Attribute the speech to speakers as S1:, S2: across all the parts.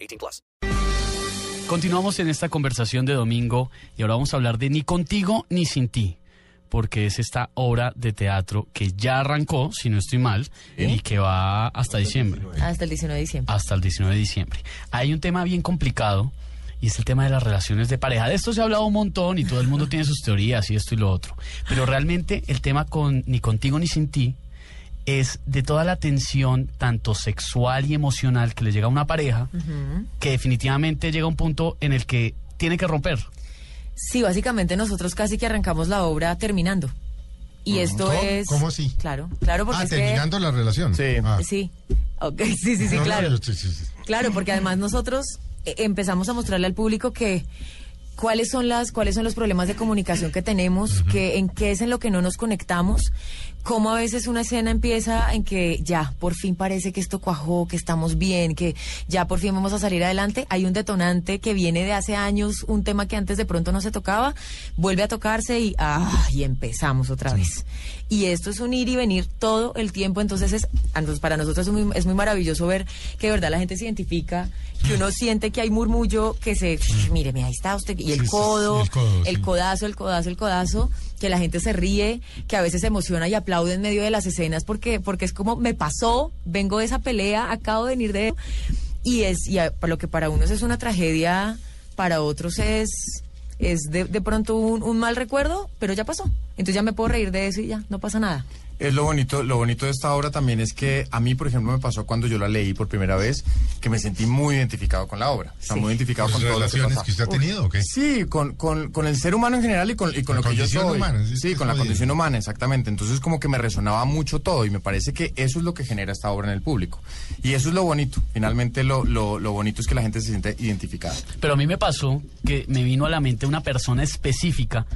S1: 18 plus.
S2: Continuamos en esta conversación de domingo y ahora vamos a hablar de Ni contigo ni sin ti, porque es esta obra de teatro que ya arrancó, si no estoy mal, y que va hasta diciembre,
S3: Hasta el 19 de diciembre.
S2: hasta el 19 de diciembre. Hay un tema bien complicado y es el tema de las relaciones de pareja. De esto se ha hablado un montón y todo el mundo tiene sus teorías y esto y lo otro, pero realmente el tema con Ni contigo ni sin ti es de toda la tensión, tanto sexual y emocional, que le llega a una pareja, que definitivamente llega a un punto en el que tiene que romper.
S4: Ah.
S3: Sí, básicamente nosotros casi que arrancamos la obra terminando. Y esto
S4: Mm, ¿Cómo?
S3: es...
S4: ¿Cómo sí?
S3: Claro, claro, porque
S4: Ah,
S3: es que-
S4: terminando la relación. Ah. Sí.
S3: Sí, Ok, sí, sí, sí, claro. Claro, porque además nosotros eh, empezamos a mostrarle al público que cuáles son las cuáles son los problemas de comunicación que tenemos, que en qué es en lo que no nos conectamos, cómo a veces una escena empieza en que ya por fin parece que esto cuajó, que estamos bien, que ya por fin vamos a salir adelante, hay un detonante que viene de hace años, un tema que antes de pronto no se tocaba, vuelve a tocarse y ah, y empezamos otra vez. Y esto es un ir y venir todo el tiempo, entonces es a nos- para nosotros es muy, es muy maravilloso ver que de verdad la gente se identifica, que uno siente que hay murmullo, que se, míreme, ahí está usted, y
S4: Sí,
S3: el
S4: sí,
S3: codo,
S4: el codo,
S3: el
S4: sí.
S3: codazo, el codazo, el codazo, que la gente se ríe, que a veces se emociona y aplaude en medio de las escenas porque, porque es como, me pasó, vengo de esa pelea, acabo de venir de... Y es y a- lo que para unos es una tragedia, para otros es, es de, de pronto un, un mal recuerdo, pero ya pasó. Entonces ya me puedo reír de eso y ya, no pasa nada.
S5: Es lo bonito, lo bonito de esta obra también es que a mí, por ejemplo, me pasó cuando yo la leí por primera vez, que me sentí muy identificado con la obra. O sea,
S3: Sí.
S5: muy identificado
S4: ¿Con
S5: con todo lo que
S4: relaciones
S5: pasa.
S4: que usted ha tenido o qué?
S5: Sí, con, con, con el ser humano en general y con, y con
S4: La
S5: lo que yo
S4: condición
S5: soy.
S4: humana, es-
S5: sí,
S4: es
S5: con la
S4: jodido.
S5: condición humana, exactamente. Entonces como que me resonaba mucho todo y me parece que eso es lo que genera esta obra en el público. Y eso es lo bonito. Finalmente lo, lo, lo bonito es que la gente se siente identificada.
S2: Pero a mí me pasó que me vino a la mente una persona específica,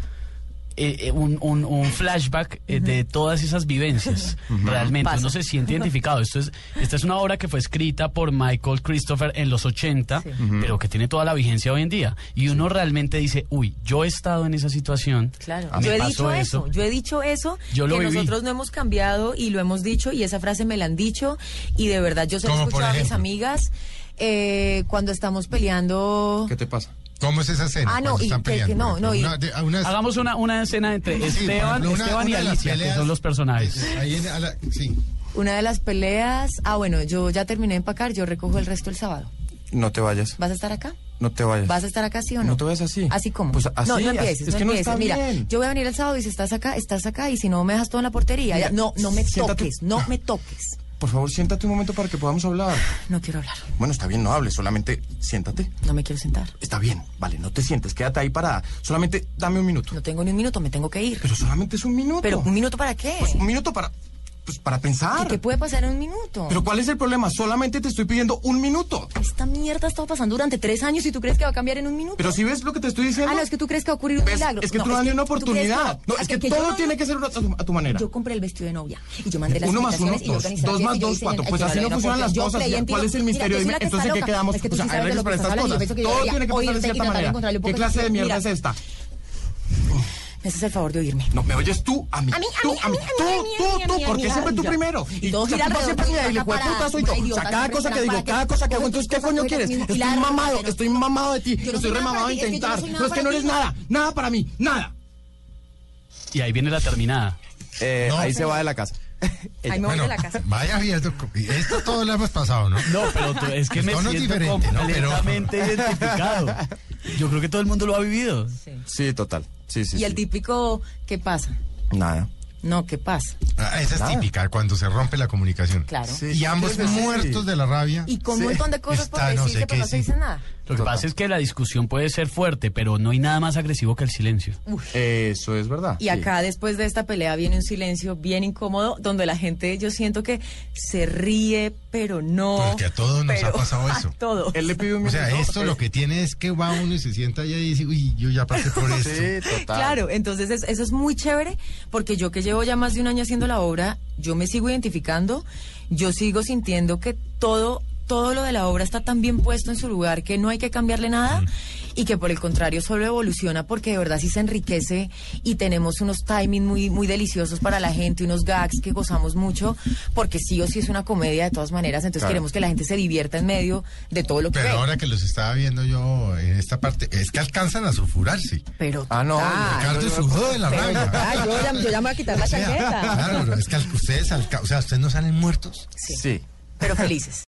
S2: eh, eh, un, un- un flashback eh, de todas esas vivencias. Realmente
S3: Pasa.
S2: uno se siente identificado. Esto es, esta es una obra que fue escrita por Michael Christopher en los 80,
S3: Sí.
S2: pero que tiene toda la vigencia hoy en día. Y uno realmente dice, uy, yo he estado en esa situación.
S3: Claro,
S2: me
S3: yo he
S2: pasó
S3: dicho eso, yo he dicho eso,
S2: Yo lo
S3: que
S2: viví.
S3: nosotros no hemos cambiado y lo hemos dicho y esa frase me la han dicho y de verdad yo se la he
S4: ¿Cómo, por
S3: escuchado a mis
S4: ejemplo?
S3: amigas eh, cuando estamos peleando.
S5: ¿Qué te pasa?
S4: ¿Cómo es esa escena?
S3: Ah, no,
S4: cuando
S3: y
S4: están
S3: que- que
S4: peleando,
S3: no,
S4: por ejemplo?
S3: no, y-
S4: Una de- a unas-
S2: Hagamos una, una escena entre
S4: sí, por
S2: Esteban,
S4: ejemplo, una-
S2: Esteban y
S4: una de las
S2: Alicia, que
S4: peleas-
S2: son los personajes.
S4: Eh, ahí en- a la- sí.
S3: Una de las peleas, ah bueno, yo ya terminé de empacar, yo recojo el resto el sábado.
S5: No te vayas.
S3: ¿Vas a estar acá?
S5: No te vayas.
S3: ¿Vas a estar acá sí o no?
S5: No te ves así.
S3: ¿Así como?
S5: Pues así,
S3: no, no
S5: así-
S3: empieces,
S5: es
S3: no
S5: que no
S3: empieces.
S5: está
S3: Mira,
S5: bien.
S3: yo voy a venir el sábado y si estás acá, estás acá y si no me dejas todo en la portería. ya-
S5: Mira,
S3: no, no me
S5: siéntate.
S3: toques, no me toques.
S5: Por favor, siéntate un momento para que podamos hablar.
S3: No quiero hablar,
S5: Bueno, está bien, no hables, solamente siéntate.
S3: no me quiero sentar.
S5: Está bien, vale, no te sientes, quédate ahí parada. Solamente dame un minuto.
S3: No tengo ni un minuto, me tengo que ir.
S5: Pero solamente es un minuto.
S3: ¿Pero un minuto para qué?
S5: Pues un minuto para, pues para
S3: ¿Qué,
S5: pensar.
S3: qué puede pasar en un minuto?
S5: Pero ¿cuál es el problema? Solamente te estoy pidiendo un minuto.
S3: Esta mierda ha estado pasando durante tres años y tú crees que va a cambiar en un minuto.
S5: Pero si ves lo que te estoy diciendo.
S3: ah, no, es que tú crees que va a ocurrir un
S5: ¿Ves?
S3: milagro.
S5: Es que tú no dale una oportunidad. No, es que, todo tiene que ser a tu, a tu manera.
S3: Yo compré el vestido de novia y yo mandé las
S5: Uno más uno,
S3: invitaciones y yo
S5: dos.
S3: organizé
S5: Dos
S3: las
S5: más
S3: fiestas y yo
S5: dos,
S3: hice-
S5: cuatro.
S3: Ay,
S5: Pues
S3: que
S5: así
S3: no
S5: no
S3: había
S5: funcionan las
S3: una
S5: cosas.
S3: porción. Yo creí en ti,
S5: ¿Cuál
S3: no-
S5: es el
S3: Mira,
S5: misterio?
S3: tú sí
S5: Dime,
S3: la que
S5: entonces,
S3: estás
S5: ¿qué
S3: loca.
S5: quedamos?
S3: Es que tú
S5: O sea,
S3: sí
S5: hay
S3: sabes de lo que
S5: reglas para
S3: estás
S5: estas
S3: hablando y
S5: cosas.
S3: pienso que yo
S5: Todo
S3: debería
S5: tiene que pasar de
S3: oírte y
S5: cierta
S3: tratar de
S5: manera.
S3: encontrarle un
S5: ¿Qué
S3: poco de
S5: clase de
S3: sentido?
S5: mierda es
S3: Mira,
S5: esta?
S3: Me haces el favor de oírme.
S5: No, me oyes tú a mí.
S3: A mí, a
S5: tú,
S3: mí, a mí, a mí,
S5: Tú,
S3: a mí, a
S5: tú,
S3: mí, a
S5: tú.
S3: mí, a
S5: porque
S3: mí,
S5: siempre
S3: a
S5: tú
S3: mí.
S5: primero.
S3: Y todo
S5: o sea,
S3: gira
S5: tú
S3: alrededor
S5: siempre
S3: de mí,
S5: me
S3: una
S5: le fue
S3: parada,
S5: putazo y
S3: una
S5: todo. O
S3: idiota,
S5: sea, cada
S3: siempre
S5: cosa que
S3: la
S5: digo,
S3: paga,
S5: cada cosa que hago, entonces, ¿qué
S3: cosas
S5: coño
S3: que
S5: quieres?
S3: no-
S5: Estoy
S3: milagros,
S5: mamado,
S3: pero-
S5: estoy mamado de ti.
S3: Yo no soy
S5: Estoy
S3: nada
S5: remamado
S3: para
S5: de
S3: ti, es que yo no
S5: intentar.
S3: soy nada
S5: No es que
S3: para
S5: no
S3: ti.
S5: eres nada. Nada para mí. Nada.
S2: Y ahí viene la terminada.
S4: No.
S5: Eh, Ahí se va de la casa.
S3: Ahí me voy
S4: Bueno,
S3: de la casa.
S4: vaya abierto. Esto todo lo hemos pasado, ¿no?
S2: No, pero tú- es que me
S4: El tono es
S2: siento
S4: diferente, ¿no? Pero-
S2: completamente identificado. Yo creo que todo el mundo lo ha vivido.
S5: Sí, total. Sí, sí.
S3: Y el típico, ¿qué pasa?
S5: Nada.
S3: No, ¿qué pasa?
S4: Ah, esa es típica, cuando se rompe la comunicación.
S3: Claro.
S5: Sí,
S4: Y ambos
S5: muchas veces
S4: muertos
S5: sí.
S4: de la rabia.
S3: Y con
S5: Sí.
S3: un montón de cosas por
S4: Está, no
S3: decirse,
S4: sé
S3: pero
S4: qué,
S3: no se
S4: sí.
S3: dice nada.
S2: Lo que
S5: Total.
S2: pasa es que la discusión puede ser fuerte, pero no hay nada más agresivo que el silencio.
S5: Eso es verdad.
S3: Y
S5: sí.
S3: acá después de esta pelea viene un silencio bien incómodo donde la gente yo siento que se ríe, pero no.
S4: Porque a todos nos ha
S3: pero
S4: pasado
S3: a
S4: eso.
S3: todos.
S5: Él le pide un
S4: O sea,
S5: minuto,
S4: esto lo que tiene es que va uno y se sienta allá y dice, uy, yo ya pasé por esto.
S5: Sí, total.
S3: Claro, entonces es- eso es muy chévere porque yo que llevo ya más de un año haciendo la obra, yo me sigo identificando, yo sigo sintiendo que todo todo lo de la obra está tan bien puesto en su lugar que no hay que cambiarle nada y que por el contrario solo evoluciona porque de verdad sí se enriquece y tenemos unos timings muy muy deliciosos para la gente, unos gags que gozamos mucho porque sí o sí es una comedia de todas maneras, entonces
S5: Claro.
S3: queremos que la gente se divierta en medio de todo lo que
S4: Pero
S3: ve.
S4: ahora que los estaba viendo yo en esta parte, es que alcanzan a sufurarse.
S3: Pero
S5: Ah, no,
S3: total.
S5: Ricardo,
S4: Ricardo sudó de la
S3: Pero
S4: rabia.
S3: total, yo ya- yo ya me voy a quitar la
S4: O sea,
S3: chaqueta.
S4: Claro, pero es que al- ustedes, alca- o sea, ustedes no salen muertos.
S5: Sí.
S3: pero felices.